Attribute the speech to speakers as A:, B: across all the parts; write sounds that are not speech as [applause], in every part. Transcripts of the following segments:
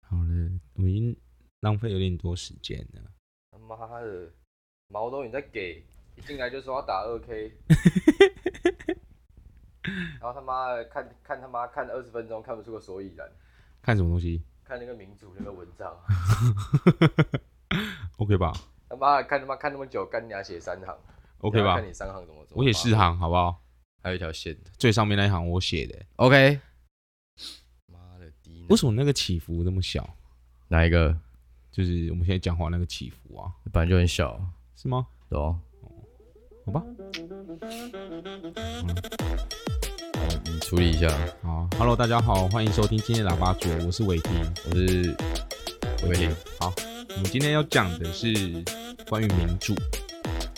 A: 好了，我已经浪费有点多时间了。
B: 他妈的，毛都你在给，一进来就说要打二 [laughs] K，然后他妈的看看他妈看二十分钟看不出个所以然，
A: 看什么东西
B: 看那个民主那个文章，
A: ？OK 吧
B: 他妈的看他妈看那么久，干你俩写三行
A: ？OK 吧
B: 啊看？你三行怎么做，
A: 我写四，行，好不好？
B: 还有一条线的
A: 最上面那一行我写的。
B: ，OK，妈的低能，
A: 为什么那个起伏那么小？
B: 哪一个
A: 就是我们现在讲话那个起伏啊，
B: 本来就很小，
A: 是吗？
B: 懂、哦？
A: 好吧，
B: 嗯你处理一下，
A: 好，Hello，大家啊好，欢迎收听今天的喇叭组，我是伟霆。
B: 我是伟霆，
A: 好，我们今天要讲的是关于民主，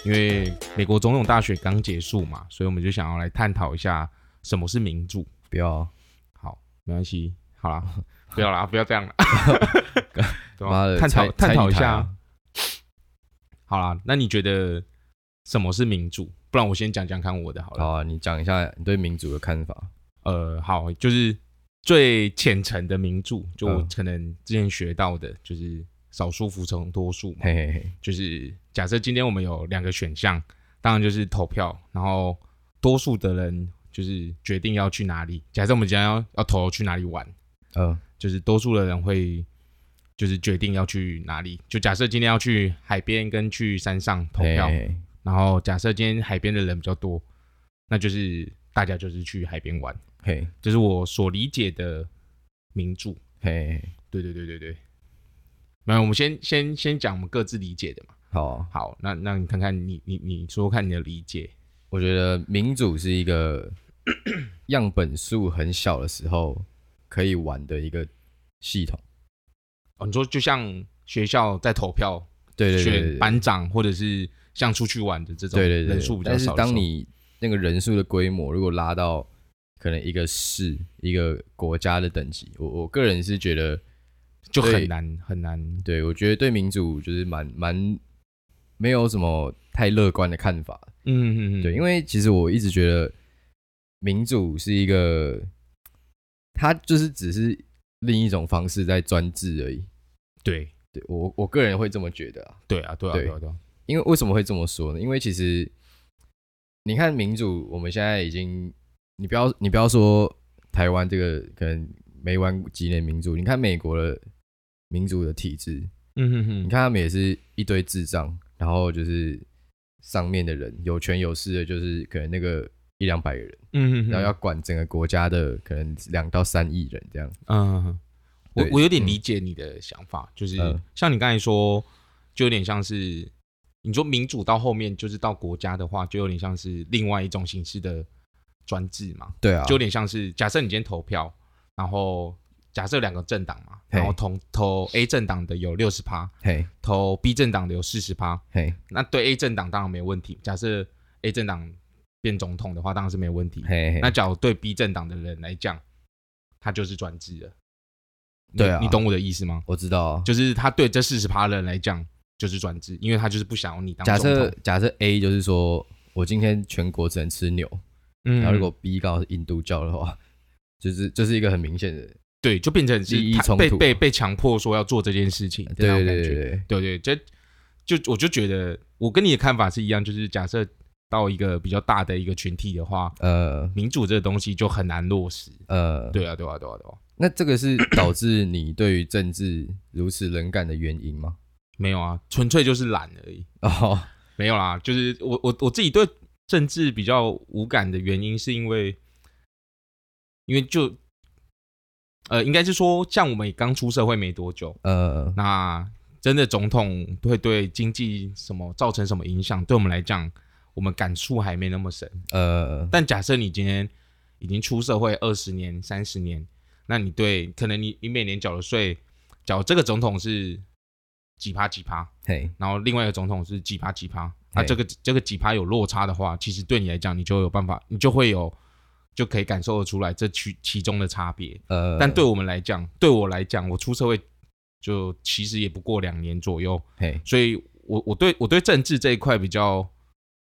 A: 因为美国总统大选刚结束嘛，所以我们就想要来探讨一下什么是民主。
B: 不要啊，
A: 好，没关系，好啦， [laughs] 不要啦，不要这样啦， [laughs] 对吧
B: 妈的，
A: 探讨
B: 拆
A: 探讨一，
B: 拆你台
A: 下
B: 啊。
A: 好啦，那你觉得什么是民主？不然我先讲讲看我的好了。
B: 好啊，你讲一下你对民主的看法，
A: 呃，好，就是最浅层的民主，就我
B: 嗯
A: 可能之前学到的，就是少数服从多数嘛。
B: 嘿嘿嘿，
A: 就是假设今天我们有两个选项，当然就是投票，然后多数的人就是决定要去哪里。假设我们今天要要投去哪里玩，
B: 嗯
A: 就是多数的人会就是决定要去哪里。就假设今天要去海边跟去山上投票，
B: 嘿嘿嘿
A: 然后假设今天海边的人比较多，那就是大家就是去海边玩。
B: 嘿
A: 这是我所理解的民主。
B: 嘿嘿，
A: 对对对对对，没有，我们先先先讲我们各自理解的嘛。
B: 好啊，
A: 好，那那你看看你你你说说看你的理解，
B: 我觉得民主是一个 [coughs] 样本数很小的时候可以玩的一个系统，
A: 哦，你说就像学校在投票
B: 对对对对
A: 选班长，或者是像出去玩的这种
B: 对对对，
A: 人数比较
B: 但是
A: 少的时候，
B: 当你那个人数的规模如果拉到可能一个市、一个国家的等级，我我个人是觉得，
A: 就很
B: 对
A: 难很难，
B: 对我觉得对民主就是蛮蛮没有什么太乐观的看法。
A: 嗯嗯嗯，
B: 对，因
A: 为
B: 为其实我一直觉得民主是一个，它就是只是另一种方式在专制而已。
A: 对
B: 对我我个人会这么觉得啊，
A: 对啊对啊
B: 对
A: 对啊对啊，
B: 因为为什么会这么说呢？因为其实你看民主，我们现在已经，你不要你不要说台湾这个可能没玩几年民主，你看美国的民主的体制，
A: 嗯哼哼，
B: 你看他们也是一堆智障，然后就是上面的人有权有势的，就是可能那个一两百个人。
A: 嗯哼哼，
B: 然后要管整个国家的可能两到三亿人这样。
A: 嗯，我
B: 对
A: 我有点
B: 嗯
A: 理解你的想法，就是
B: 嗯
A: 像你刚才说，就有点像是你说民主到后面就是到国家的话，就有点像是另外一种形式的专制嘛，
B: 对啊，
A: 就有点像是假设你今天投票，然后假设两个政党嘛，
B: 嘿
A: 然后同投 A 政党的有六十趴，
B: 嘿
A: 投 B 政党的有四十趴，
B: 嘿
A: 那对 A 政党当然没问题。假设 A 政党变总统的话，当然是没问题。
B: 嘿嘿，
A: 那假如对 B 政党的人来讲，他就是专制了。你
B: 对啊
A: 你懂我的意思吗？
B: 我知道啊。
A: 就是他对这四十趴的人来讲就是专制，因为他就是不想要你当
B: 假
A: 总
B: 设
A: 统。
B: 假设 A 就是说我今天全国只能吃牛，
A: 嗯
B: 然后如果 B 刚好是印度教的话，就是就是一个很明显的，
A: 对，就变成是
B: 利益
A: 他
B: 冲
A: 被
B: 突啊
A: 被被强迫说要做这件事情，这
B: 对
A: 种
B: 对
A: 感
B: 对
A: 觉
B: 对
A: 对对，这就我就觉得我跟你的看法是一样，就是假设到一个比较大的一个群体的话，
B: 呃
A: 民主这个东西就很难落实。
B: 呃，
A: 对啊，对啊，对啊，对啊，
B: 那这个是导致你对于政治如此冷感的原因吗？
A: 没有啊，纯粹就是懒而已。
B: 哦，
A: 没有啦，就是我我我自己对政治比较无感的原因，是因为因为就呃，应该是说，像我们刚出社会没多久，
B: 呃，
A: 那真的总统会对经济什么造成什么影响，对我们来讲，我们感触还没那么深。
B: 呃，
A: 但假设你今天已经出社会二十年、三十年，那你对可能你你每年缴的税，缴这个总统是几趴几趴，
B: 嘿，
A: 然后另外一个总统是几趴几趴，那、
B: 嘿
A: 这个这个几趴有落差的话，其实对你来讲，你就有办法，你就会有就可以感受得出来这其其中的差别。
B: 呃，
A: 但对我们来讲，对我来讲，我出社会就其实也不过两年左右，
B: 嘿，
A: 所以我我对我对政治这一块比较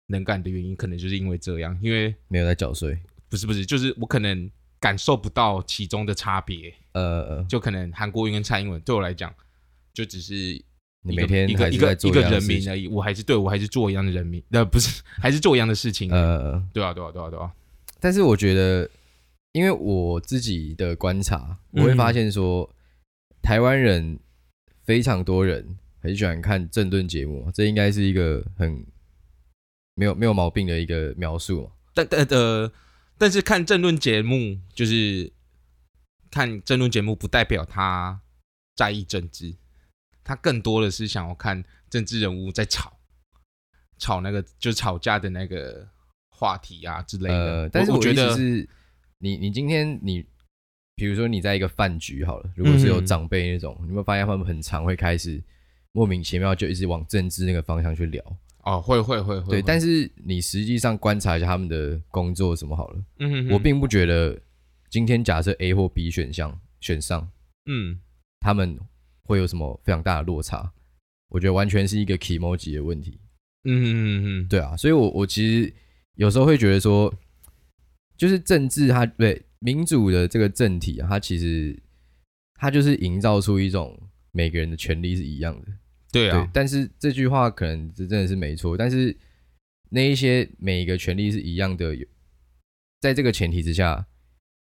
A: 能感的原因，可能就是因为这样，因为
B: 没有在缴税，
A: 不是不是，就是我可能感受不到其中的差别。
B: 呃，
A: 就可能韩国瑜跟蔡英文对我来讲，就只是
B: 你
A: 一
B: 每
A: 个
B: 天
A: 一
B: 还
A: 个
B: 是
A: 一
B: 在
A: 个
B: 做
A: 一
B: 一
A: 个
B: 样的
A: 人
B: 事
A: 民
B: 情
A: 而已，我还是对我还是做一样的人民，呃，不是，还是做一样的事情。
B: 呃，
A: 对啊，对啊，对啊，对啊，
B: 但是我觉得，因为我自己的观察，
A: 嗯
B: 我会发现说，台湾人非常多人很喜欢看政论节目，这应该是一个很没有没有毛病的一个描述嘛。
A: 但但呃，但是看政论节目，就是看政论节目，不代表他在意政治，他更多的是想要看政治人物在吵，吵那个就是吵架的那个话题啊之类的。
B: 呃，但是
A: 我
B: 我
A: 觉
B: 意
A: 得
B: 思是，你你今天你，比如说你在一个饭局好了，如果是有
A: 嗯
B: 长辈那种，你会发现他们很常会开始莫名其妙就一直往政治那个方向去聊。
A: 哦，会会会会，
B: 对，但
A: 是
B: 是你实际上观察一下他们的工作什么好了，
A: 嗯哼哼
B: 我并不觉得今天假设 A 或 B 选项选上，
A: 嗯
B: 他们会有什么非常大的落差。我觉得完全是一个 emoji 的问题。
A: 嗯嗯嗯嗯
B: 对啊，所以我我其实有时候会觉得说，就是政治它对民主的这个政体啊，它其实它就是营造出一种每个人的权利是一样的。
A: 对啊，
B: 但是这句话可能这真的是没错，但是那一些每个权利是一样的，有在这个前提之下，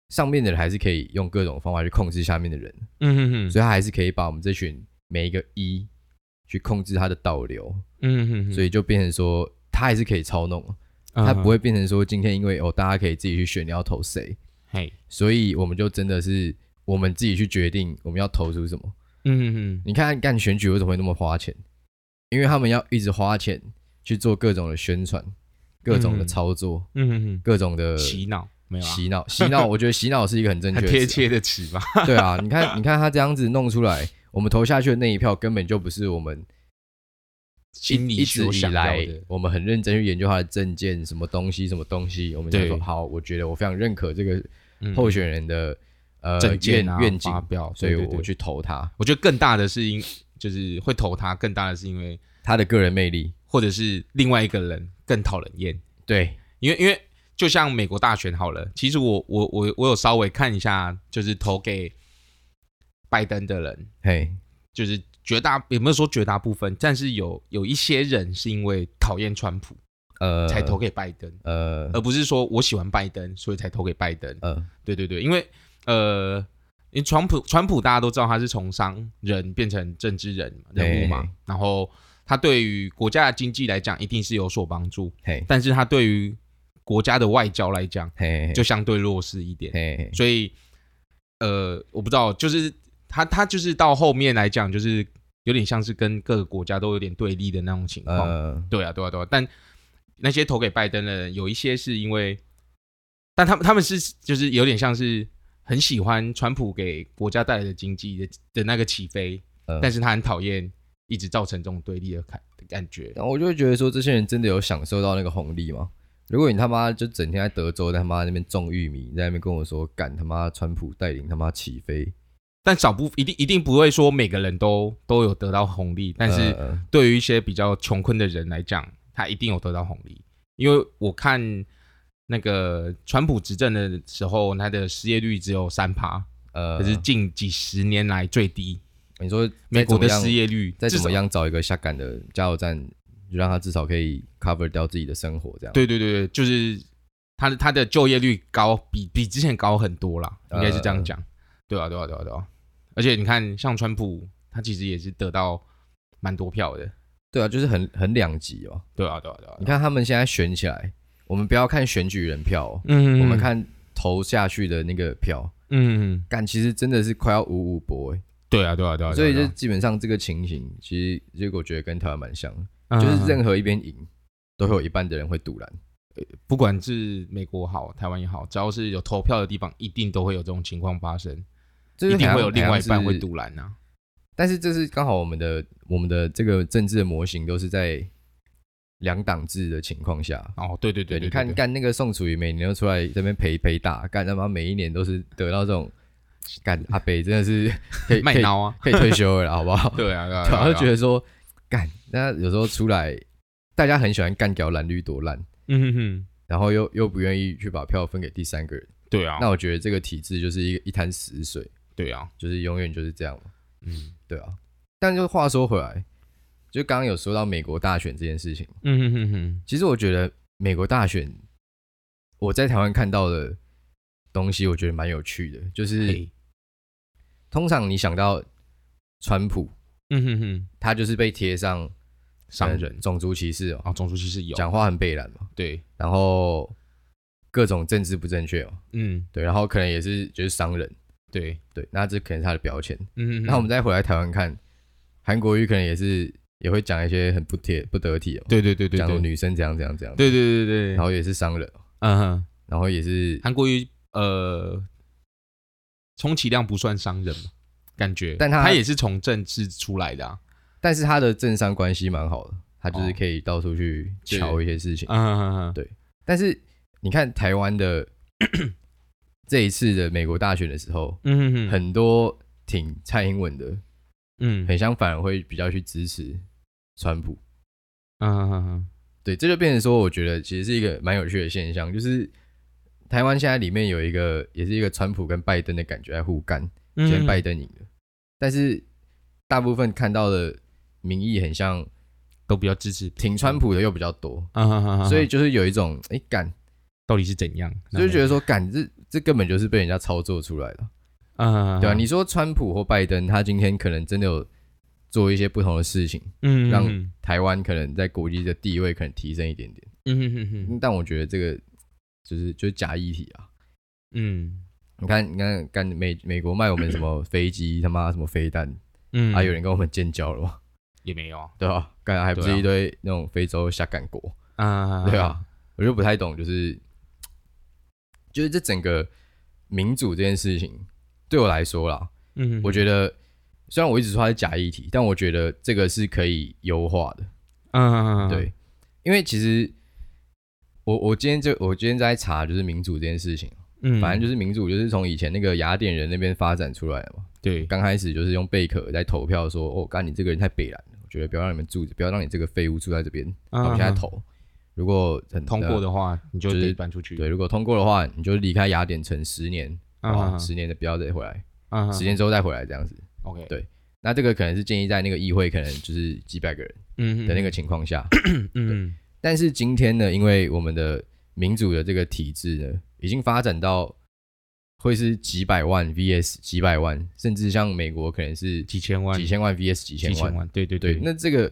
B: 上面的人还是可以用各种方法去控制下面的人，
A: 嗯哼哼，
B: 所以他还是可以把我们这群每一个一去控制他的导流，
A: 嗯哼哼，嗯
B: 所
A: 以
B: 以就变成说他还是可以操弄。它不会变成说今天因为哦，大家可以自己去选你要投谁，
A: 嘿，
B: 所以我们就真的是我们自己去决定我们要投出什么。
A: 嗯哼哼，
B: 你看干选举为什么会那么花钱？因为他们要一直花钱去做各种的宣传、各种的
A: 嗯
B: 操作、
A: 嗯哼
B: 各种的
A: 哼，洗脑没有啊？
B: 洗脑、洗脑。我觉得洗脑是一个很正确、
A: 很
B: 的
A: 贴
B: 词啊。
A: 切的词吧？
B: 对啊，你看，你看他这样子弄出来，我们投下去的那一票根本就不是我们
A: 心
B: 一
A: 里
B: 一直
A: 所
B: 以
A: 想要
B: 来
A: 的，，
B: 我们很认真去研究他的证件，什么东西，什么东西，我们就
A: 对
B: 说好，我觉得我非常认可这个
A: 嗯
B: 候选人的、呃
A: 政见
B: 愿
A: 啊
B: 愿景
A: 发，表，
B: 所以
A: 对对
B: 我
A: 对
B: 去投他。
A: 我觉得更大的是因就是会投他，更大的是因为
B: 他的个人魅力，
A: 或者是另外一个人更讨人厌，
B: 对，
A: 因为因为就像美国大选好了，其实我我我我有稍微看一下，就是投给拜登的人，
B: 嘿，
A: 就是绝大也没有说绝大部分，但是有有一些人是因为讨厌川普
B: 呃，
A: 才投给拜登，
B: 呃
A: 而不是说我喜欢拜登所以才投给拜登。
B: 呃，
A: 对对对，因为呃，因为川普川普大家都知道他是从商人变成政治人人物
B: 对
A: 嘛，然后他对于国家的经济来讲一定是有所帮助，
B: 嘿，
A: 但是他对于国家的外交来讲
B: 嘿，
A: 就相对弱势一点，
B: 嘿嘿，
A: 所以呃，我不知道，就是他他就是到后面来讲，就是有点像是跟各个国家都有点对立的那种情况，
B: 呃，
A: 对啊，对啊，对啊。但那些投给拜登的人，有一些是因为，但他们他们是就是有点像是很喜欢川普给国家带来的经济的的那个起飞，
B: 嗯
A: 但是他很讨厌一直造成这种对立的感感觉。
B: 然后我就会觉得说，这些人真的有享受到那个红利吗？如果你他妈就整天在德州，在他妈那边种玉米，在那边跟我说干他妈川普带领他妈起飞，
A: 但少部一定一定不会说每个人都都有得到红利，但是
B: 呃
A: 对于一些比较穷困的人来讲，他一定有得到红利，因为我看。那个川普执政的时候，他的失业率只有三趴，
B: 呃，
A: 可是近几十年来最低。
B: 你说
A: 美国的
B: 再怎么样
A: 失业率
B: 再怎
A: 至
B: 么
A: 少？
B: 样找一个下岗的加油站，就让他至少可以 cover 掉自己的生活，这样。，
A: 对对对对，就是他的他的就业率高，比比之前高很多啦，应该是
B: 呃
A: 这样讲。对啊，对啊，对啊，对啊。而且你看，像川普，他其实也是得到蛮多票的。
B: 对啊，就是很很两极哦。
A: 对啊，对啊，对啊。
B: 你，看他们现在选起来，我们不要看选举人票哦、
A: 嗯
B: 我们，看投下去的那个票，
A: 嗯，
B: 干其实真的是快要五五波哎、
A: 对啊，对啊，对啊。
B: 所以
A: 对
B: 就
A: 啊
B: 基本上这个情形，其实结果觉得跟台湾蛮像的，
A: 对啊
B: 就是
A: 嗯
B: 任何一边赢，都会有一半的人会堵拦。
A: 不管是美国好，台湾也好，只要是有投票的地方，一定都会有这种情况发生，
B: 这
A: 一
B: 是
A: 定
B: 好
A: 会
B: 像
A: 有另外一半
B: 好像
A: 会
B: 是
A: 独揽啊。
B: 但是这是刚好我们的我们的这个政治的模型都是在两党制的情况下，
A: 哦，对对对
B: 对，
A: 对，
B: 你看
A: 对
B: 干那个宋楚瑜每年都出来这边陪陪打，干他妈每一年都是得到这种干阿北真的是可以
A: 卖
B: 可以
A: 孬啊。
B: 可以退休了，好不好？
A: 对啊，对啊，
B: 对
A: [laughs] 对
B: 啊，
A: 啊
B: 然后觉
A: 对啊
B: 得说干，那有时候出来大家很喜欢干掉蓝绿多烂，
A: 嗯哼哼，
B: 然后又又不愿意去把票分给第三个人，
A: 对啊。
B: 那我觉得这个体制就是一个一滩死水。
A: 对啊，
B: 就是永远就是这样嘛，
A: 嗯
B: 对啊。但就话说回来，就刚刚有说到美国大选这件事情，
A: 嗯哼哼哼，
B: 其实我觉得美国大选，我在台湾看到的东西，我觉得蛮有趣的，就是
A: 嘿
B: 通常你想到川普，
A: 嗯哼哼，
B: 他就是被贴上
A: 商
B: 呃
A: 人
B: 种族歧视哦，
A: 啊，种族歧视有，
B: 讲话很北蓝嘛，
A: 对，
B: 然后各种政治不正确哦，
A: 嗯
B: 对，然后可能也是就是商人，
A: 对，
B: 对，那这可能是他的标签。
A: 嗯哼哼，
B: 那、我们再回来台湾看，韩国瑜可能也是也会讲一些很不贴不得体哦，
A: 对对对对
B: 讲
A: 对，
B: 女生怎样怎样怎样，
A: 对对对对
B: 然
A: 对，
B: 后也是商人哦，
A: 嗯哼，
B: 然后也是，
A: 韩国瑜呃，充其量不算商人嘛，感觉，
B: 但他
A: 他也是从政治出来的啊，
B: 但是他的政商关系蛮好的，他就是
A: 哦
B: 可以到处去
A: 对
B: 瞧一些事情。
A: 嗯哼哼哼，
B: 对但是你看台
A: [clears throat]
B: 湾的这一次的美国大选的时候，
A: 嗯哼哼，
B: 很多挺蔡英文的，
A: 嗯
B: 很像反而会比较去支持川普。
A: 嗯哼哼哼，
B: 对，这就变成说，我觉得其实是一个蛮有趣的现象，就是台湾现在里面有一个，也是一个川普跟拜登的感觉在互干，今天拜
A: 拜
B: 登赢了，但是大部分看到的民意很像
A: 都比较支持，
B: 挺川普的又比较多，
A: 嗯哼哼哼，
B: 所以就是有一种哎干，
A: 到底是怎样？
B: 就是觉
A: 得，
B: 得说干这这根本就是被人家操作出来的，
A: 嗯哼哼，
B: 对啊，你说川普或拜登，他今天可能真的有做一些不同的事情，
A: 嗯
B: 让
A: 嗯
B: 台湾可能在国际的地位可能提升一点点。
A: 嗯哼哼哼，
B: 但我觉得这个就是就是假议题啊！
A: 嗯
B: 你看，你看，干美美国卖我们什
A: [clears throat]
B: 么飞机，他妈什么飞弹，
A: 嗯，
B: 啊，有人跟我们建交了吗？
A: 也没有啊，
B: 对吧？干还不
A: 对
B: 是
A: 啊
B: 一堆那种非洲下干国？
A: 啊，
B: 对啊，我就不太懂，就是就是这整个民主这件事情，对我来说啦，
A: 嗯，
B: 我觉得虽然我一直说它是假议题，但我觉得这个是可以优化的。
A: 得，嗯，
B: 对，因为其实我我今天就我今天在查就是民主这件事情。
A: 嗯，
B: 反正就是民主，就是从以前那个雅典人那边发展出来的嘛。
A: 对，
B: 刚开始就是用贝壳在投票说，哦，干你这个人太北蓝了，我觉得不要让你们住，不要让你这个废物住在这边。那我们现在投，如果很
A: 啊通过，的话，你就
B: 就
A: 得
B: 是
A: 搬出去，
B: 对，如果通过的话，你就离开雅典城十年，啊，
A: 啊，
B: 十年的不要再回来，
A: 啊，
B: 十年之后再回来这样子。
A: OK，
B: 对那这个可能是建议在那个议会可能就是几百个人
A: 嗯
B: 的那个，情况下，
A: 嗯
B: 但是今天呢，因为我们的民主的这个体制呢，已经发展到会是几百万 VS 几百万，甚至像美国可能是
A: 几千万，
B: 几千万 VS 几千
A: 几
B: 万。
A: 千万，嗯对对
B: 对，那这个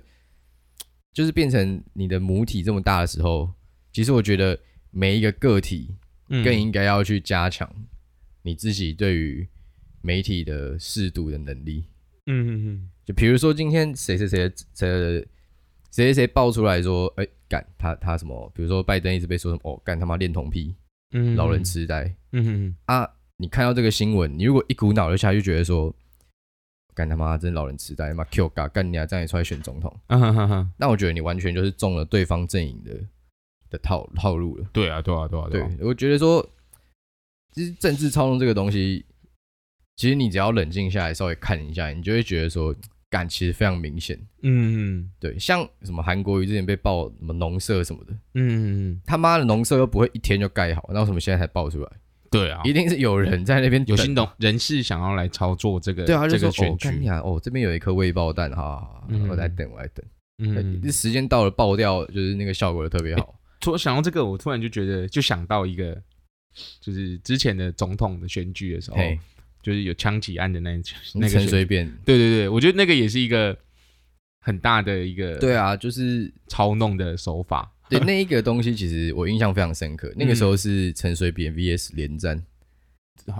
B: 就是变成你的母体这么大的时候，其实我觉得每一个个体
A: 嗯
B: 更应该要去加强你自己对于媒体的适度的能力。
A: 嗯嗯
B: 就比如说今天谁谁谁谁谁谁谁爆出来说，哎、干他他什么？比如说拜登一直被说什么，哦，干他妈恋童癖、
A: 嗯，
B: 老人，痴呆、
A: 嗯
B: 啊！你看到这个新闻，你如果一股脑就下去，觉得说，干他妈真老人痴呆，妈 Q 嘎，干你啊，这样也出来选总统？
A: 嗯哼哼，
B: 那我觉得你完全就是中了对方阵营的的套套路了。
A: 对啊，对啊，对啊，
B: 对，我觉得说，其实政治操弄这个东西，其实你只要冷静下来，稍微看一下，你就会觉得说，感其实非常明显。
A: 嗯
B: 对，像什么韩国瑜之前被爆什么农舍什么的，
A: 嗯嗯，
B: 他妈的农舍又不会一天就盖好，那为什么现在才爆出来？
A: 对啊，
B: 一定是有人在那边
A: 有
B: 等
A: 心懂人士想要来操作这个，
B: 对啊，他
A: 这
B: 就说
A: 个选
B: 哦，干你
A: 举，
B: 啊，哦，这边有一颗未爆弹，哈、哈，
A: 嗯
B: 我在等，我在等，
A: 嗯
B: 对，时间到了爆掉，就是那个效果特别好。
A: 突然想到这个，我突然就觉得，就想到一个，就是之前的总统的选举的时候，
B: 嘿，
A: 就是有枪击案的那一那
B: 哦那
A: 个选
B: 陈
A: 举
B: 水扁，
A: 对对对，我觉得那个也是一个很大的一个
B: 对啊，就是
A: 操弄的手法。
B: 对那一个东西，其实我印象非常深刻。那个时候是陈水扁 VS 连战，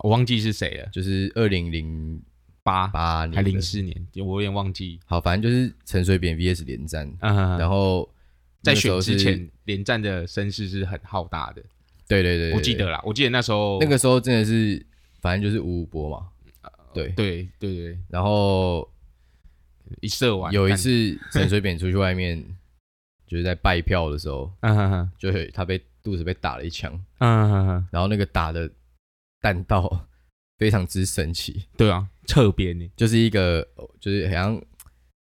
A: 我忘记是谁了，
B: 就是二零零
A: 八
B: 八年
A: 还
B: 的
A: 零四年，我有点忘记。
B: 好，反正就是陈水扁 VS 连战，
A: 嗯，
B: 然后
A: 在
B: 那个时
A: 选
B: 候
A: 之
B: 是
A: 前，连战的声势是很浩大的，
B: 对对对，对
A: 我记得啦，我记得那时候
B: 那个时候真的是，反正就是吴吴波嘛，对。
A: 呃对对对，
B: 然后
A: 一射完
B: 有一
A: 干，
B: 次 [laughs] 陈水扁出去外面，就是在拜票的时候，
A: 嗯哼哼
B: 就是他被肚子被打了一枪，
A: 嗯哼哼，
B: 然后那个打的弹道 [laughs] 非常之神奇，
A: 对啊，侧边呢，
B: 就是一个就是好像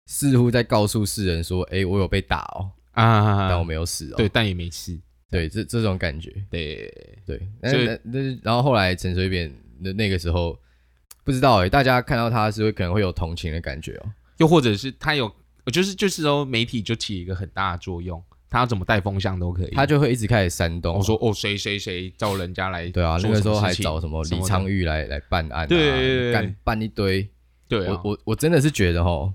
B: 似乎在告诉世人说，哎、我有被打哦，
A: 啊哈哈
B: 但我没有死哦，
A: 对，但也没事，
B: 对，这这种感觉，
A: 对，
B: 对，
A: 所以
B: 那那然后后来陈水扁的那个时候。不知道哎、大家看到他是会可能会有同情的感觉哦、
A: 又或者是他有，就是就是说媒体就起一个很大的作用，他要怎么带风向都可以。
B: 他就会一直开始煽动。
A: 我说哦，谁谁谁叫人家来
B: 对啊，那
A: 做
B: 个
A: 什
B: 时候
A: 么
B: 还
A: 事情
B: 找什么
A: 什
B: 李
A: 么的
B: 昌钰来来办案、啊，
A: 对对对对
B: 干办一堆。
A: 对啊，
B: 我我我真的是觉得哈，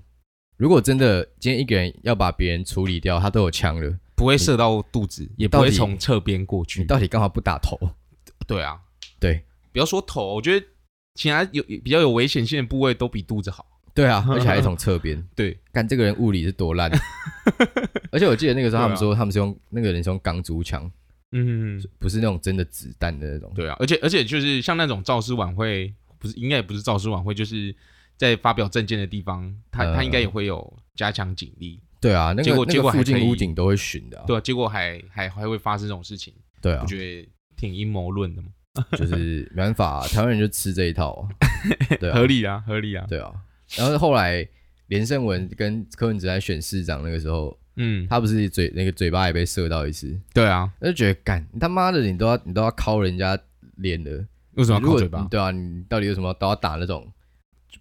B: 如果真的今天一个人要把别人处理掉，他都有枪了，
A: 不会射到肚子，也不
B: 到
A: 会
B: 底
A: 从侧边过
B: 你
A: 去。
B: 到底干嘛不打头？
A: 对啊，
B: 对
A: 不要说头，我觉得其他有比较有危险性的部位都比肚子好。[laughs]
B: 对啊，而且还是从侧边。
A: 对，
B: 干这个人物理是多
A: [laughs]
B: 烂，而且我记得那个时候他们
A: 对啊
B: 说他们是用那个人是用钢珠枪，
A: 嗯，
B: 不是那种真的子弹的那种。
A: 对啊，而且而且就是像那种造势晚会，不是应该也不是造势晚会，就是在发表证件的地方，他
B: 呃
A: 他应该也会有加强警力，
B: 对啊，那
A: 结
B: 个
A: 果
B: 那
A: 结
B: 个
A: 果还
B: 附近
A: 可以
B: 屋顶都会巡的啊。
A: 对啊，结果还还还会发生这种事情，
B: 对啊
A: 我，觉得挺阴谋论的嘛，
B: 就是没办法
A: [laughs]
B: 啊，台湾人就吃这一套啊。对啊
A: 合，理啊，合理啊，
B: 对啊。然后后来连胜文跟柯文哲在选市长那个时候，
A: 嗯，
B: 他不是嘴那个嘴巴也被射到一次，
A: 对啊，
B: 他就觉得干你他妈的你都要你都要敲人家脸了，
A: 为什么要
B: 如
A: 靠
B: 果
A: 嘴巴
B: 你？对啊，你到底有什么都要打那种？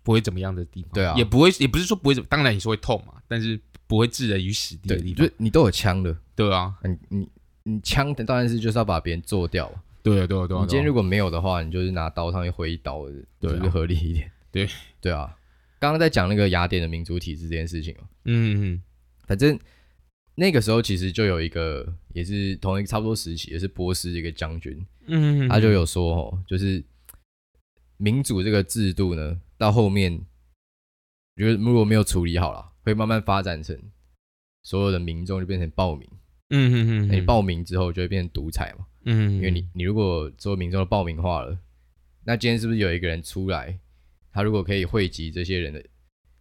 A: 不会怎么样的地方，
B: 对啊
A: 也不会，也不是说不会怎么，当然你是会痛嘛，但是不会置人于死地
B: 对
A: 的，地
B: 就
A: 方
B: 是，你都有枪了，
A: 对啊，
B: 你你你枪的当然是就是要把别人做掉。
A: 对啊，对啊，对啊，
B: 你今天
A: 对啊
B: 如果没有的话，你就是拿刀上去挥一刀，
A: 对啊
B: 就是合理一点。
A: [laughs] 对
B: 对啊，刚刚在讲那个雅典的民主体制这件事情哦，
A: 嗯嗯
B: 反正那个时候其实就有一个也是同一个差不多时期，也是波斯的一个将军，
A: 嗯，嗯
B: 他就有说哦，就是民主这个制度呢，到后面就是如果没有处理好了，会慢慢发展成所有的民众就变成暴民，
A: 嗯嗯嗯，
B: 你暴民之后就会变成独裁嘛。
A: 嗯，嗯，
B: 因为你你如果所有民众都报名化了，那今天是不是有一个人出来，他如果可以汇集这些人的，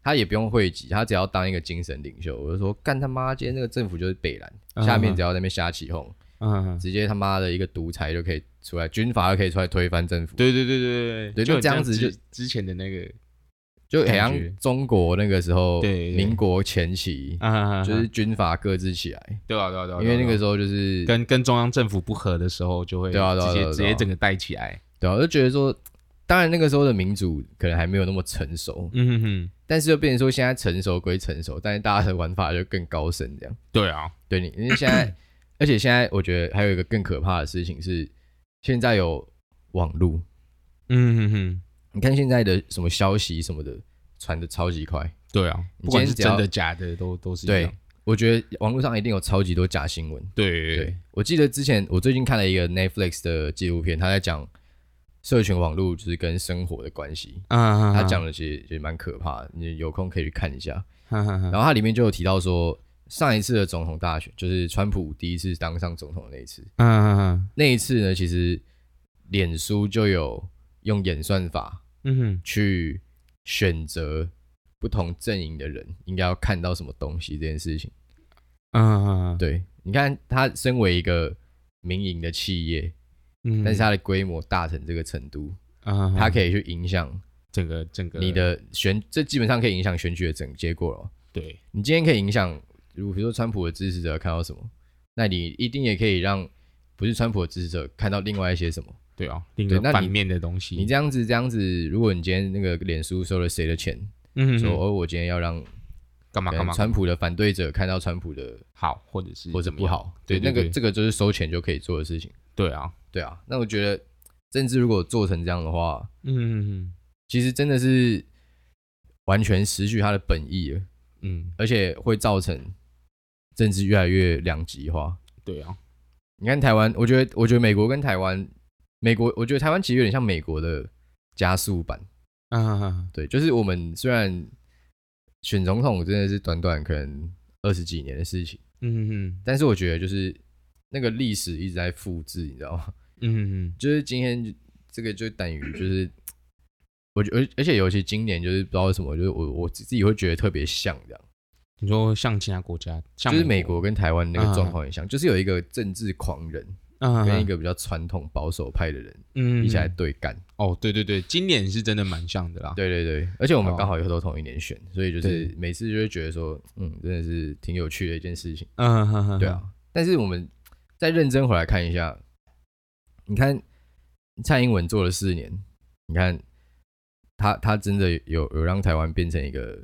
B: 他也不用汇集，他只要当一个精神领袖，我就说干他妈，今天这个政府就是北
A: 嗯
B: 蓝，下面只要在那边瞎起哄，
A: 嗯，嗯
B: 直接他妈的一个独裁就可以出来，军阀就可以出来推翻政府，
A: 对对对对
B: 对
A: 就
B: 就这样
A: 很像
B: 子就
A: 之之前的那个
B: 就很
A: 感
B: 像
A: 觉
B: 中国那个时候，
A: 对对
B: 民国前期，
A: 啊，
B: 就是军阀各自起来，
A: 对啊对啊对啊，
B: 因为那个时
A: 候
B: 候就是
A: 跟跟中央政府不合的时候，就会
B: 对啊对啊
A: 直
B: 对啊
A: 接直
B: 对啊
A: 接整个带起来，
B: 对啊，我就觉得说，当然那个时候的民主可能还没有那么成熟，
A: 嗯哼哼，
B: 但是又变成说现在成熟归成熟，但是大家的玩法就更高深这样。
A: 对啊，
B: 对你，因为
A: [coughs]
B: 现在，而且现在我觉得还有一个更可怕的事情是，现在有网络，
A: 嗯哼哼，
B: 你看现在的什么消息什么的传的超级快，
A: 对啊，
B: 你
A: 不管
B: 今天
A: 是
B: 只要
A: 真的假的都都是一啊
B: 对
A: 样
B: 我觉得网络上一定有超级多假新闻。
A: 对
B: 对，我记得之前我最近看了一个 Netflix 的纪录片，他在讲社群网络就是跟生活的关系，
A: 啊，
B: 他讲的其实也蛮可怕的，你有空可以去看一下。
A: 哈哈哈，
B: 然后它里面就有提到说，上一次的总统大选就是川普第一次当上总统的那一次，
A: 嗯嗯
B: 那一次呢，其实脸书就有用演算法
A: 嗯哼，
B: 去选择不同阵营的人应该要看到什么东西这件事情。
A: 嗯嗯，
B: 对，你看他身为一个民营的企业，
A: 嗯，
B: 但是它的规模大成这个程度，
A: 嗯，
B: 它可以去影响
A: 整个整个
B: 你的选，这基本上可以影响选举的整结果了哦。
A: 对，
B: 你今天可以影响，如比如说川普的支持者看到什么，那你一定也可以让不是川普的支持者看到另外一些什么。
A: 对啊，另一
B: 对
A: 个
B: 那你
A: 反面的东西，
B: 你这样子，这样子，如果你今天那个脸书收了谁的钱，
A: 嗯
B: 说
A: 哼哼
B: 哦，我今天要让
A: 干嘛
B: 可
A: 干
B: 能
A: 嘛
B: 川普的反对者看到川普的
A: 好，或者是
B: 或者
A: 怎么
B: 不
A: 样，
B: 好，
A: 对
B: 那
A: 对
B: 个
A: 对
B: 这个就是收钱就可以做的事情，
A: 对啊，
B: 对啊。那我觉得政治如果做成这样的话，
A: 嗯嗯
B: 其实真的是完全失去它的本意了，
A: 嗯，
B: 而且会造成政治越来越两极化。
A: 对啊，
B: 你看台湾，我觉得，我觉得美国跟台湾，美国，我觉得台湾其实有点像美国的加速版。
A: 嗯嗯
B: 对，就是我们虽然选总统真的是短短可能二十几年的事情，
A: 嗯
B: 但是我觉得就是那个历史一直在复制，你知道吗？ [laughs]
A: 嗯嗯
B: 就是今天这个就等于就是，我觉而而且尤其今年就是不知道为什么，就是我我自己会觉得特别像这样，
A: 你说像其他国家，像
B: 就是美国跟台湾那个
A: 嗯
B: 状况很像，就是有一个政治狂人
A: 嗯
B: 跟一个比较传统保守派的人
A: 嗯
B: 一起来对干。
A: 哦，对对对，今年是真的蛮像的啦。
B: 对对对，而且我们
A: 哦
B: 刚好又都同一年选，所以就是
A: 对
B: 每次就会觉得说，嗯，真的是挺有趣的一件事情。
A: 嗯哼哼，
B: 对啊，但是我们再认真回来看一下，你看蔡英文做了四年，你看他他真的有有让台湾变成一个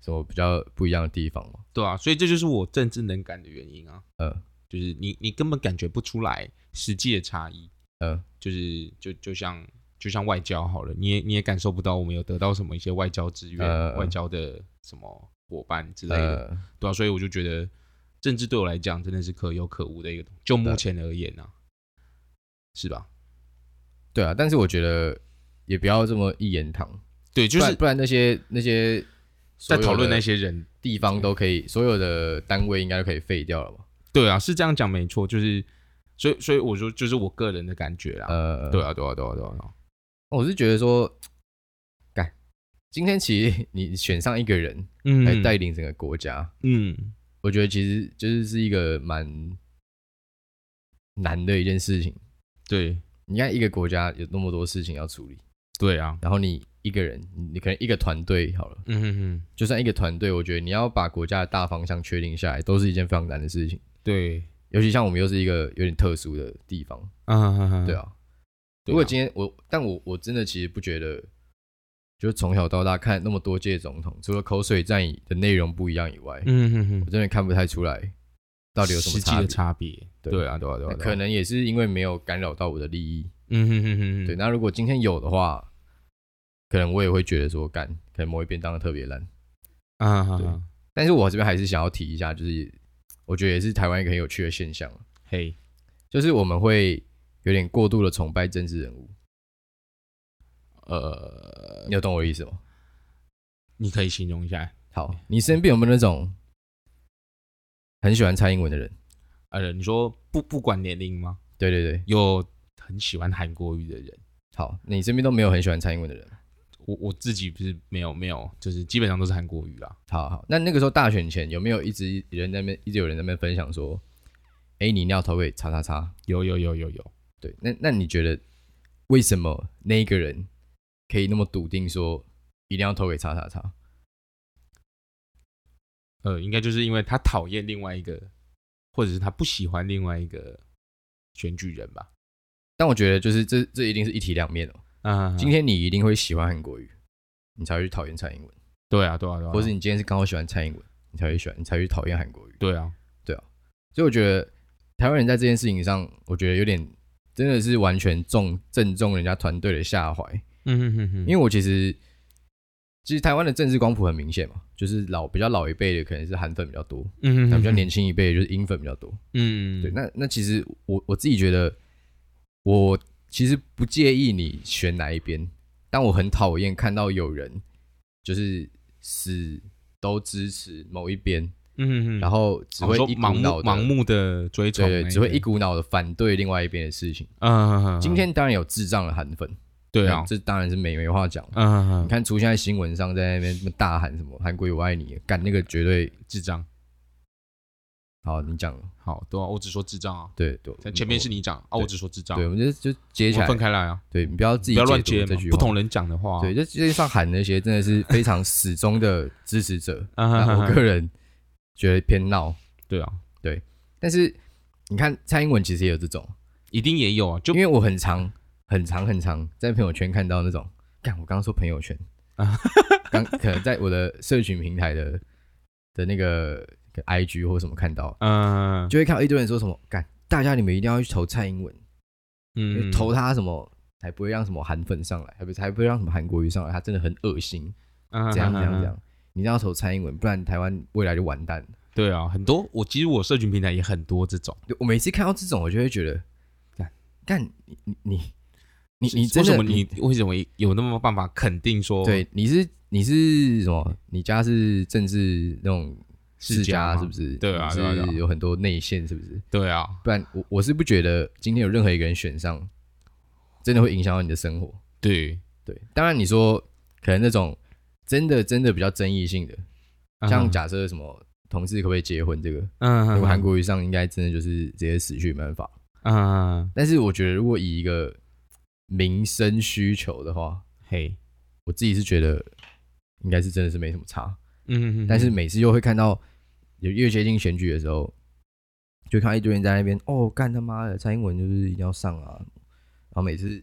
B: 什么比较不一样的地方吗？
A: 对啊，所以这就是我政治能感的原因啊，
B: 嗯
A: 就是你你根本感觉不出来实际的差异，
B: 嗯，
A: 就是就就像就像外交好了，你也你也感受不到我们有得到什么一些外交资源、
B: 呃
A: 外交的什么伙伴之类的，
B: 呃，
A: 对啊，所以我就觉得政治对我来讲真的是可有可无的一个东，就
B: 嗯
A: 目前而言啊，是吧？
B: 对啊，但是我觉得也不要这么一言堂，
A: 对，就
B: 不然
A: 是
B: 不然那些那些
A: 在讨论那
B: 所有的
A: 些人，
B: 地方都可以，所有的单位应该都可以废掉了嘛？
A: 对啊，是这样讲没错，就是所以所以我说就是我个人的感觉啦，
B: 呃，
A: 对啊，对啊，对啊，对啊，对啊
B: 我是觉得说，干，今天其实你选上一个人来
A: 嗯，
B: 带领整个国家，
A: 嗯，
B: 我觉得其实就是是一个蛮难的一件事情。
A: 对
B: 你看一个国家有那么多事情要处理，
A: 对啊，
B: 然后你一个人，你你可能一个团队好了，
A: 嗯哼哼，
B: 就算一个团队，我觉得你要把国家的大方向确定下来，都是一件非常难的事情。
A: 对，
B: 尤其像我们又是一个有点特殊的地方，
A: 啊，
B: 对
A: 对啊，
B: 啊。如果今天我，但我我真的其实不觉得，就是从小到大看那么多届总统，除了口水战以的内容不一样以外，
A: 嗯哼哼
B: 我，真的看不太出来到底有什
A: 实
B: 么
A: 际
B: 差
A: 的
B: 别。
A: 差别？
B: 对
A: 对啊，对啊，对啊，对啊
B: 那可，能也是因为没有干扰到我的利益。
A: 嗯哼哼哼，对，
B: 对，那如果今天有的话，可能我也会觉得说干，可能某一边当的特别烂。
A: 啊哈
B: 对
A: 哈，
B: 但是我这边还是想要提一下，就是我觉得也是台湾一个很有趣的现象，
A: 嘿，
B: 就是我们会有点过度的崇拜政治人物。
A: 呃，
B: 你有懂我的意思吗？
A: 你可以形容一下，
B: 好，你身边有没有那种很喜欢蔡英文的人？
A: 呃，你说不不管年龄吗？
B: 对对对，
A: 有很喜欢韩国语的人，
B: 好，那你身边都没有很喜欢蔡英文的人。
A: 我我自己不是没有没有，就是基本上都是韩国语啦。
B: 好好，那那个时候大选前有没有一直人在那边，一直有人在那边分享说，哎、你一定要投给叉叉叉？
A: 有有有有有，
B: 对，那那你觉得为什么那一个人可以那么笃定说一定要投给叉叉叉？
A: 呃，应该就是因为他讨厌另外一个，或者是他不喜欢另外一个选举人吧。
B: 但我觉得就是这这一定是一体两面哦。
A: 啊，
B: 今天你一定会喜欢韩国瑜，你才会去讨厌蔡英文；
A: 对啊对啊对啊，
B: 或是你今天是刚好喜欢蔡英文，你才会喜欢，你才会去讨厌韩国瑜。
A: 对啊，
B: 所以我觉得台湾人在这件事情上，我觉得有点真的是完全中正中人家团队的下怀。
A: 嗯哼哼哼，
B: 因为我其实其实台湾的政治光谱很明显嘛，就是老比较老一辈的可能是韩粉比较多，
A: 嗯
B: 那比较
A: 哼
B: 年轻一辈的就是英粉比较多。
A: 嗯
B: 对，那那其实我我自己觉得，我其实不介意你选哪一边，但我很讨厌看到有人就是死都支持某一边，
A: 嗯哼哼，
B: 然后只
A: 哦
B: 会
A: 说
B: 一股
A: 盲目
B: 脑的
A: 盲目的追
B: 对
A: 从那
B: 对，
A: 个，
B: 只会一股脑的反对另外一边的事情。
A: 嗯，
B: 今天当然有智障的韩粉，
A: 对啊，
B: 这当然是没没话讲。
A: 嗯
B: 你，看出现在新闻上，在那边那么大喊什么“韩国语我爱你”，干那个绝对
A: 智障，
B: 好，你讲了
A: 好，对啊，我只说智障啊，
B: 对对，
A: 前面是你讲啊，
B: 对
A: 我只说智障，
B: 对，我
A: 我
B: 们就就接起
A: 们
B: 来
A: 分，开来啊，
B: 对你不要自己
A: 不要乱
B: 解
A: 接
B: 读这
A: 嘛
B: 句，
A: 不
B: 话，
A: 同人讲的话，
B: 对，就就上喊那些真的是非常死忠的支
A: [laughs]
B: 持者，
A: 啊哈
B: 那
A: 哈
B: 我
A: 哈，
B: 个人觉得偏闹，
A: 对啊，
B: 但是你看蔡英文其实也有这种，
A: 一定也有啊，就
B: 因为我很常很常很常在朋友圈看到那种，干我刚刚说朋友圈
A: 啊
B: 啊，刚可能在我的社群平台的的那个 IG 或什么看到，
A: 嗯
B: 就会看到一堆人说什么，干大家你们一定要去投蔡英文，因为
A: 嗯
B: 投他什么才不会让什么韩粉上来，还不还不会让什么韩国瑜上来，他真的很恶心，
A: 这
B: 怎样怎
A: 啊
B: 样怎，样，你一定要投蔡英文，不然台湾未来就完蛋了。
A: 对啊，很多我其实我社群平台也很多这种，
B: 对我每次看到这种，我就会觉得，干干你你你你你
A: 为
B: 真
A: 什么
B: 的
A: 你为什么有那么办法肯定说
B: 对你是你是什么？你家是政治那种世
A: 家
B: 家
A: 吗
B: 是不是？
A: 对啊
B: 你
A: 对啊对啊
B: 是有很多内线是不是？
A: 对啊，
B: 不然我我是不觉得今天有任何一个人选上，真的会影响到你的生活。
A: 对，
B: 对，当然你说可能那种真的真的比较争议性的，
A: 啊
B: 像假设什么同志可不可以结婚这个，
A: 嗯
B: 如果韩国瑜上，应该真的就是直接死去没办法。
A: 嗯
B: 但是我觉得如果以一个民生需求的话，
A: 嘿
B: 我自己是觉得应该是真的是没什么差。
A: 嗯，
B: 但是每次又会看到有越接近选举的时候，就看到一堆人在那边哦，干他妈的蔡英文就是一定要上啊，然后每次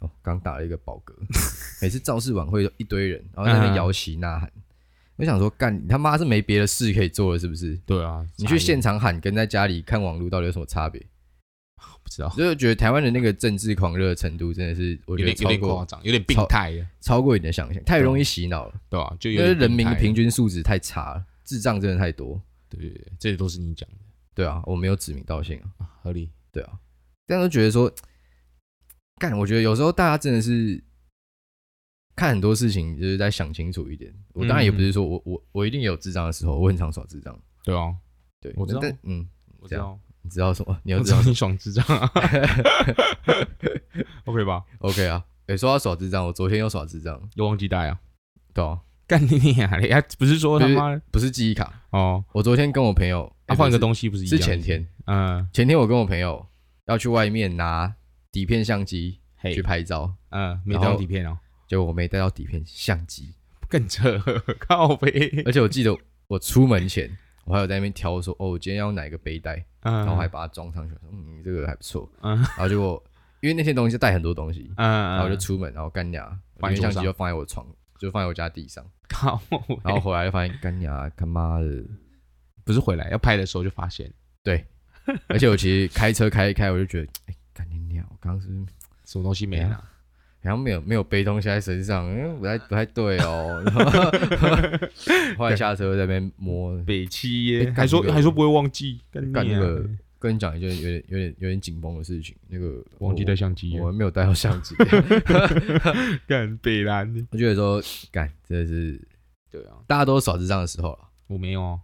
B: 哦，刚打了一个
A: [laughs]
B: 饱嗝，每次造势晚会都一堆人，然后在那边
A: 嗯
B: 摇旗呐喊。我想说，干你他妈是没别的事可以做了，是不是？
A: 对啊，
B: 你去
A: 现
B: 现场喊跟在家里看网络到底有什么差别？
A: 不知道，
B: 就是觉得台湾的那个政治狂热程度真的是，我
A: 有
B: 觉得
A: 点有
B: 超
A: 点夸
B: 过
A: 张，有点病态了，
B: 超过你的想象，太容易洗脑了。
A: 对啊吧？就有
B: 因为
A: 点
B: 人民的
A: 病态
B: 平均素质太差了，智障真的太多。
A: 对对对，这都是你讲的
B: 对啊，我没有指名道姓啊。
A: 啊，合理。
B: 对啊，但都觉得说，干，我觉得有时候大家真的是看很多事情，就是在想清楚一点。我当然也不是
A: 嗯
B: 说我、我我一定有智障的时候，我很常耍智障。
A: 对啊，
B: 对，
A: 我知道
B: 但嗯，
A: 我
B: 这
A: 知
B: 样
A: 道，
B: 你知道什么？你要
A: 我
B: 知
A: 知
B: 道
A: 道你爽智障啊 [laughs] ，OK 吧？
B: [laughs] ？OK 啊。诶，说到耍智障，我昨天又耍智障，
A: 又忘记带啊，
B: 对啊，
A: 干你娘嘞！啊，不是说他妈
B: 不是记忆卡。
A: 哦，
B: 我昨天跟我朋友，
A: 他啊换个
B: 东
A: 东西不是一
B: 是
A: 样？
B: 前，天，
A: 嗯，
B: 前天我跟我朋友要去外面拿底片相机
A: 嘿
B: 去，拍照，
A: 嗯，没
B: 然
A: 带
B: 后
A: 底片哦，
B: 结果我没带到底片相机。
A: 更扯， [laughs] 靠背，
B: 而且我记得我出门前，我还有在那边挑说，哦，我今天要哪个背带，
A: 嗯，
B: 然后还把它装上去，我说，嗯，这个还不错。
A: 嗯
B: 然后结果因为那些东西带很多东西，然
A: 嗯，
B: 后我就出门，然后干牙，我
A: 放在
B: 相
A: 桌上
B: 机就放在我床，就放在我家地上，
A: 靠背，
B: 然后回来就发现干牙他妈的，
A: 不是回来要拍的时候就发现， [laughs]
B: 而且我其实开车开一开，我就觉得，哎，干你娘，我刚刚是不是
A: 什么东西没
B: 哎
A: 拿，
B: 好像没有没有背东西在身上，嗯，不太不太对哦。 [laughs] 然后后来下车在那边摸，
A: 北七耶，
B: 哎
A: 还说
B: 干那个
A: 还说不会忘记，干
B: 干
A: 你啊
B: 那
A: 娘
B: 个跟你讲一件有点有点有点紧绷的事情，那个
A: 忘记
B: 我
A: 带相机耶，
B: 我没有带到相
A: [laughs]
B: 机，
A: 干北蓝，
B: 我觉得说，干真的是
A: 对啊，
B: 大家都有耍智障的时候了。
A: 我没有哦，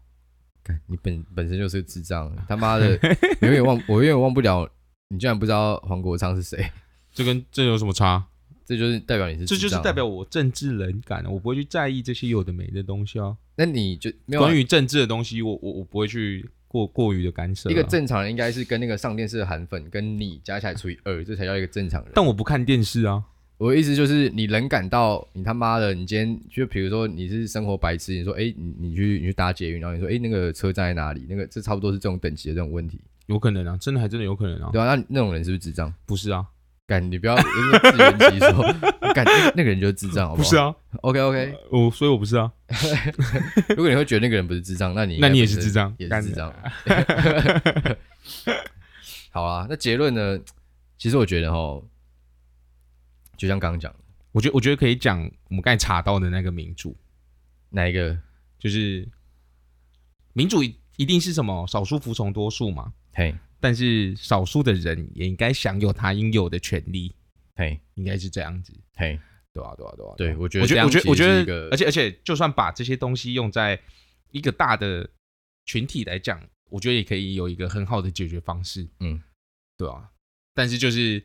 B: 干，你本本身就是个智障，他妈
A: [laughs]
B: 的，永远忘，我永远忘不了，你居然不知道黄国昌是谁，
A: 这跟这有什么差？
B: 这就是代表你是，啊
A: 这就是代表，我政治冷感，啊我不会去在意这些有的没的东西啊。
B: 那你就没有啊
A: 关于政治的东西，我我我不会去过过于的干涉啊、
B: 一个正常人应该是跟那个上电视的韩粉跟你加起来除以二，这才叫一个正常人。
A: 但我不看电视啊。
B: 我的意思就是，你能感到你他妈的，你今天就比如说你是生活白痴，你说哎、你你去你去搭捷运，然后你说哎、那个车站在哪里？那个这差不多是这种等级的这种问题，
A: 有可能啊，真的还真的有可能啊，
B: 对啊，那那种人是不是智障？
A: 不是啊，
B: 干，你不要因为自圆其说，干那那个人就是智障，好
A: 不
B: 好？
A: 是啊，
B: OK OK，
A: 我所以我不是啊，
B: 如果你会觉得那个人不是智障，那你应该
A: 那你也
B: 本
A: 是
B: 身
A: 智障
B: 也
A: 干
B: 是智障。 [laughs] 好啊，那结论呢？其实我觉得哦，就像刚刚讲的，
A: 我觉得我觉得可以讲我们刚才查到的那个民主，
B: 哪一个？
A: 就是民主一一定是什么少数服从多数嘛，
B: 嘿，
A: 但是少数的人也应该享有他应有的权利，
B: 嘿，
A: 应该是这样子，
B: 嘿，
A: 对啊，对啊，对啊，
B: 对，我觉得
A: 我觉得，我觉得，我觉
B: 这样其实是一
A: 得，
B: 个
A: 而且而且，就算把这些东西用在一个大的群体来讲，我觉得也可以有一个很好的解决方式。
B: 嗯，
A: 对啊。但是就是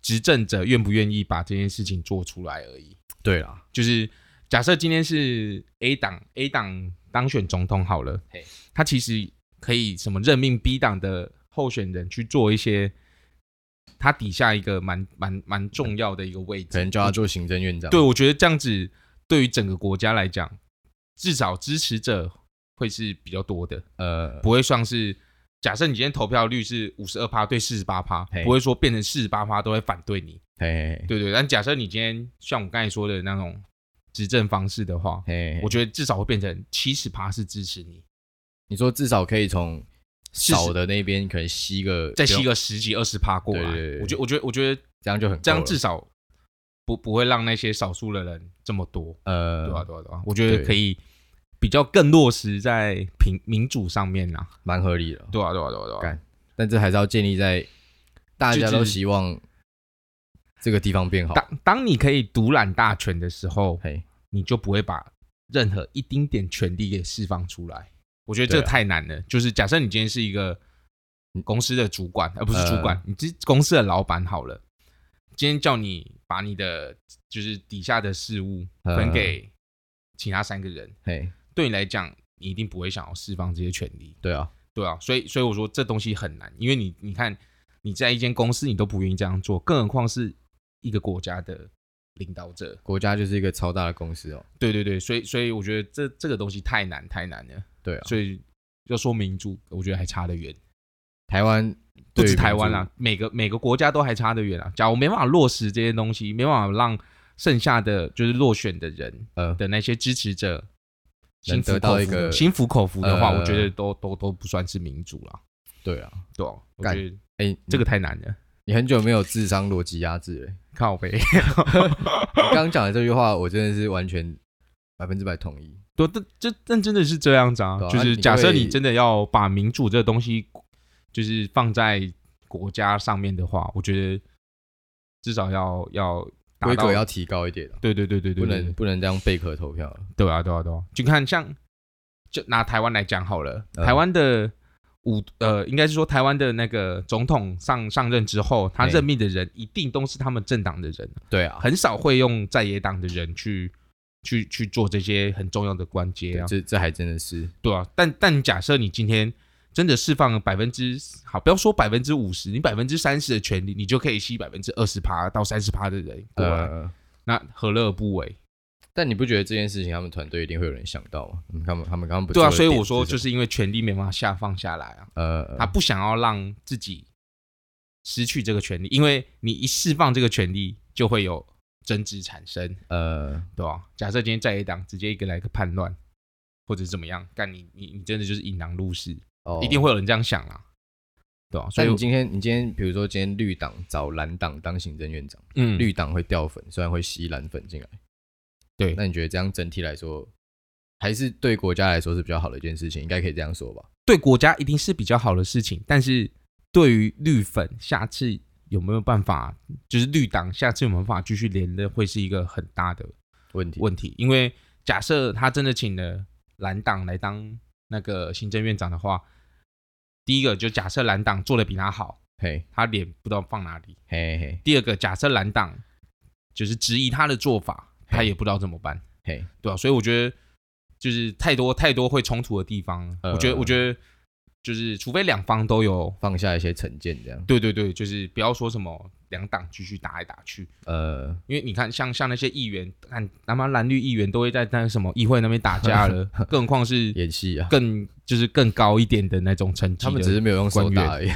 A: 执政者愿不愿意把这件事情做出来而已。
B: 对啦，
A: 就是假设今天是 A 党 A 党当选总统好了
B: 嘿，
A: 他其实可以什么任命 B 党的候选人去做一些他底下一个蛮蛮蛮重要的一个位置，
B: 可能叫他做行政院长。
A: 嗯对，我觉得这样子对于整个国家来讲，至少支持者会是比较多的，
B: 呃，
A: 不会像是假设你今天投票率是五十二趴对四十八趴
B: 嘿，
A: 不会说变成四十八趴都会反对你，
B: 嘿嘿
A: 对对。但假设你今天像我刚才说的那种执政方式的话，
B: 嘿，
A: 我觉得至少会变成七十趴是支持你，
B: 你说至少可以从
A: 40
B: 少的那边可能吸个，
A: 再吸个十几二十趴过来
B: 对对对。
A: 我觉得我觉得我觉得
B: 这样就很够
A: 这样
B: 了
A: 至少不不会让那些少数的人这么多。
B: 呃
A: 对啊，对啊，对啊，我觉得
B: 对
A: 可以比较更落实在平民主上面啦。
B: 蛮合理的。
A: 对啊，对啊，对啊，对
B: 哦干
A: 啊，
B: 但这还是要建立在大家都希望这个地方变好。
A: 当当你可以独揽大权的时候，
B: 嘿，
A: 你就不会把任何一丁点权利给释放出来。我觉得这
B: 对啊嗯
A: 太难了。就是假设你今天是一个公司的主管，而、不是主管，
B: 呃
A: 你是公司的老板好了。今天叫你把你的就是底下的事物分
B: 呃
A: 给其他三个人，
B: 嘿，
A: 对你来讲，你一定不会想要释放这些权利。
B: 对啊，
A: 对啊，所以所以我说这东西很难，因为你你看你在一间公司你都不愿意这样做，更何况是一个国家的领导者。
B: 国家就是一个超大的公司哦。
A: 对对对，所以所以我觉得这这个东西太难太难了，
B: 对啊，
A: 所以要说民主，我觉得还差得远。
B: 台湾
A: 不
B: 对于
A: 止
B: 民
A: 台湾啊
B: 主
A: 啦，每个每个国家都还差得远啊。假如没办法落实这些东西，没办法让剩下的就是落选的人
B: 呃，
A: 的那些支持者
B: 能
A: 心服
B: 得到
A: 口
B: 一
A: 服
B: 个
A: 心服口服的话，
B: 呃
A: 我觉得都都都不算是民主啦。
B: 对啊，
A: 对、啊，我
B: 干
A: 觉得
B: 哎、
A: 这个太难了，
B: 你很久没有智商逻辑压制了。欸
A: 靠背。
B: 你刚刚讲的这句话，我真的是完全百分之百同意。
A: 对，但这但真的是这样子啊，
B: 对啊
A: 就
B: 那
A: 是
B: 你
A: 假设
B: 会
A: 你真的要把民主这个东西，就是放在国家上面的话，我觉得至少要要达
B: 规
A: 到
B: 格要提高一点啊
A: 对对对对对，
B: 不能
A: 对
B: 不能这样贝壳投票了。
A: 对啊对啊对啊，就看像就拿台湾来讲好了，
B: 嗯
A: 台湾的五呃，应该是说台湾的那个总统上上任之后，他
B: 嘿
A: 任命的人一定都是他们政党的人，
B: 对啊，
A: 很少会用在野党的人去去去做这些很重要的关节
B: 对
A: 啊。
B: 这这还真的是
A: 对啊，但但假设你今天真的释放了百分之好，不要说百分之五十，你百分之三十的权利，你就可以吸百分之二十趴到三十趴的人过来，
B: 呃，
A: 那何乐而不为？
B: 但你不觉得这件事情他们团队一定会有人想到吗？嗯他们他们刚刚不
A: 对啊，
B: 做
A: 所
B: 的
A: 以
B: 点
A: 我说就是是因为权力没办法下放下来啊，
B: 什么呃，
A: 他不想要让自己失去这个权利，因为你一释放这个权利，就会有争执产生，
B: 呃
A: 对吧、假设今天在野党直接一个来个叛乱，或者怎么样，干你你你真的就是引狼入室，
B: 哦
A: 一定。会有人这样想啦，对吧、所
B: 所
A: 以
B: 以
A: 我
B: 你今天你今天比如说今天绿党找蓝党当行政院长，
A: 嗯
B: 绿党会掉粉，虽然会吸蓝粉进来。
A: 对
B: 那你觉得这样整体来说，还是对国家来说是比较好的一件事情，应该可以这样说吧？
A: 对国家一定是比较好的事情，但是对于绿粉，下次有没有办法，就是绿党下次有没有办法继续连任，会是一个很大的
B: 问题
A: 问题。因为假设他真的请了蓝党来当那个行政院长的话，第一个就假设蓝党做的比他好，
B: 嘿
A: 他脸不知道放哪里；
B: 嘿嘿
A: 第二个假设蓝党就是质疑他的做法，他
B: 嘿
A: 也不知道怎么办。
B: 嘿，
A: 对啊，所以我觉得就是太多太多会冲突的地方了。
B: 呃
A: 我觉得，我觉得就是除非两方都有，
B: 放下一些成见，这样
A: 对对对，就是不要说什么两党继续打来打去，
B: 呃，
A: 因为你看像像那些议员，看他妈蓝绿议员都会在那什么议会那边打架
B: [laughs]
A: 了，更何况是
B: 演戏啊，
A: 更就是更高一点的那种层级的。
B: 他们只是没有用手
A: 官员
B: 打而已，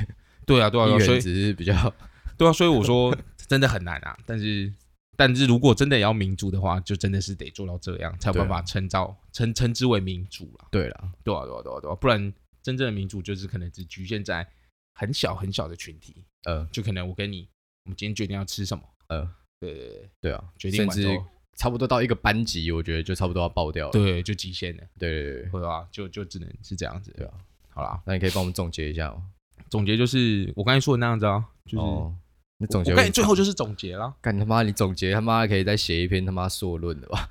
A: 对啊对啊，
B: [laughs] 议
A: 对啊所
B: 员
A: 以
B: 只是比较
A: 对啊，所以我说真的很难啊，但是。但是如果真的要民主的话，就真的是得做到这样，才有办
B: 对啊
A: 法称造称称之为民主啦。
B: [laughs] 对了，
A: 对啊，对啊，对啊，对啊，不然真正的民主就是可能只局限在很小很小的群体，
B: 呃
A: 就可能我跟你，我们今天决定要吃什么，
B: 呃，
A: 对对对，
B: 对啊，
A: 决定
B: 甚
A: 完
B: 至哦
A: 之后，
B: 差不多到一个班级，我觉得就差不多要爆掉了，
A: 对，就极限了，
B: 对对对对，
A: 对吧、就就只能是这样子，
B: 对啊。
A: 好啦，
B: 那你可以帮我们总结一下哦，
A: 总结就是我刚才说的那样子啊，就是、
B: 哦，你总结
A: 我
B: 会啊
A: 跟你最后就是总结啦，
B: 干他妈，你总结他妈可以再写一篇他妈硕论的吧？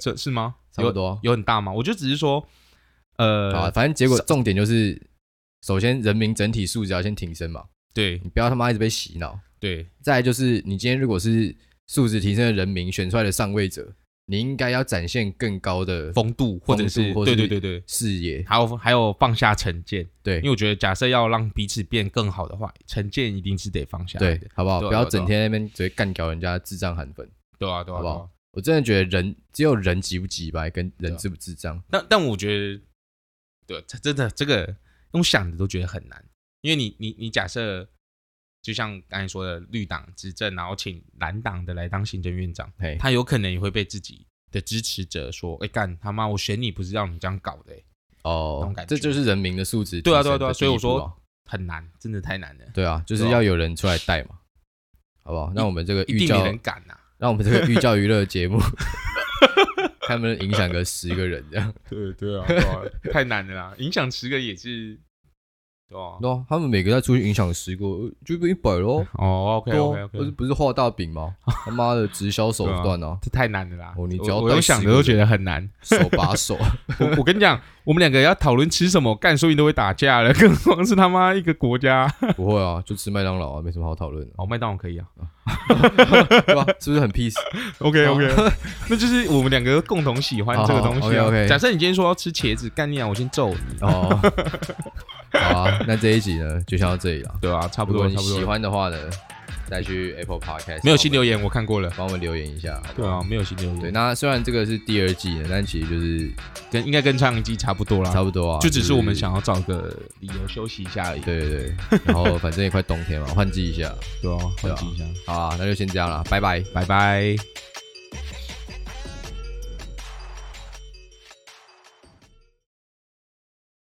A: 这是吗？
B: 差不多啊
A: 有有很大吗？我就只是说，
B: 啊，
A: 呃，
B: 反正结果重点就是，首先人民整体素质要先提升嘛，
A: 对
B: 你不要他妈一直被洗脑。
A: 对
B: 再来就是，你今天如果是素质提升的人民选出来的上位者，你应该要展现更高的
A: 风度或者
B: 风
A: 是
B: 度或
A: 对对
B: 是
A: 对对，
B: 视野。
A: 还有还有放下成见，
B: 对
A: 因为我觉得假设要让彼此变更好的话，成见一定是得放下来
B: 对
A: 的，，
B: 好不好？
A: 对啊
B: 不要
A: 对啊
B: 整天在那边直接干掉人家智障韩粉。
A: 对啊对啊，
B: 好不
A: 对
B: 好
A: 啊？
B: 我真的觉得人只有人急不急白，跟人
A: 对啊
B: 智不智障。
A: 但但我觉得，对，这真的这个用想的都觉得很难，因为你你你假设，就像刚才说的，绿党执政，然后请蓝党的来当行政院长， [laughs]
B: 嘿，
A: 他有可能也会被自己的支持者说，哎干他妈，我选你不是让你这样搞的、欸，那
B: 哦
A: 种感，觉
B: 这就是人民的素质提
A: 对啊
B: 升的第
A: 对啊对
B: 一步啊。
A: 啊所以我说很难，真的太难了，
B: 对啊，就是
A: 对啊
B: 要有人出来带嘛，好不好？让我们这个
A: 一
B: 寓
A: 定没
B: 教， [laughs]
A: 人敢啊呐、
B: 让我们这个寓教于乐节目， [laughs] 看能不能影响个十个人
A: [laughs]
B: 这样。
A: 对对啊，对啊太难了啦，影响十个也是，对啊，
B: 那、他们每个再出去影响十个，呃就变一百
A: [laughs]
B: 喽。
A: 哦，OK
B: 对
A: OK
B: 啊，不是
A: OK，
B: 不是画大饼
A: [laughs]
B: 吗？他妈的直销手段哦、
A: 这太难了啦，
B: 哦你只要
A: 我我
B: 带
A: 用想
B: 十
A: 的
B: 个
A: 都
B: 人
A: 觉得很难。
B: 手把手， [laughs]
A: 我我跟你讲，我们两个要讨论吃什么，干所以都会打架了， [laughs] 更何况是他妈一个国家。
B: 不会啊，就吃麦当劳啊，没什么好讨论的，
A: 哦，麦当劳可以啊。
B: 对吧？是不是很 peace？
A: OK OK，那 [laughs] 就是我们两个共同喜欢这个东西、啊。
B: 好好，OK，OK
A: 假设你今天说要吃茄子，干你啊，我先揍你。
B: 哦，好啊，那这一集呢就先到这里了。
A: 对啊，差
B: 差
A: 不多，
B: 你
A: 差不多
B: 喜。欢的话呢，再去 Apple Podcast
A: 没有新留言，我看过了。
B: 帮我们留言一下。好不
A: 对
B: 好
A: 啊，没有新留言，
B: 对，那虽然这个是第二季的，但其实就是
A: 跟应该跟上一季差不多啦，
B: 差不多啊，
A: 就只是我们
B: 是
A: 想要找个理由休息一下而已。
B: 对对对，然后反正也快冬天嘛，换季一下。
A: 对啊，
B: 对
A: 换
B: 啊
A: 季一下，
B: 好啊，那就先这样了，拜拜。
A: 拜拜。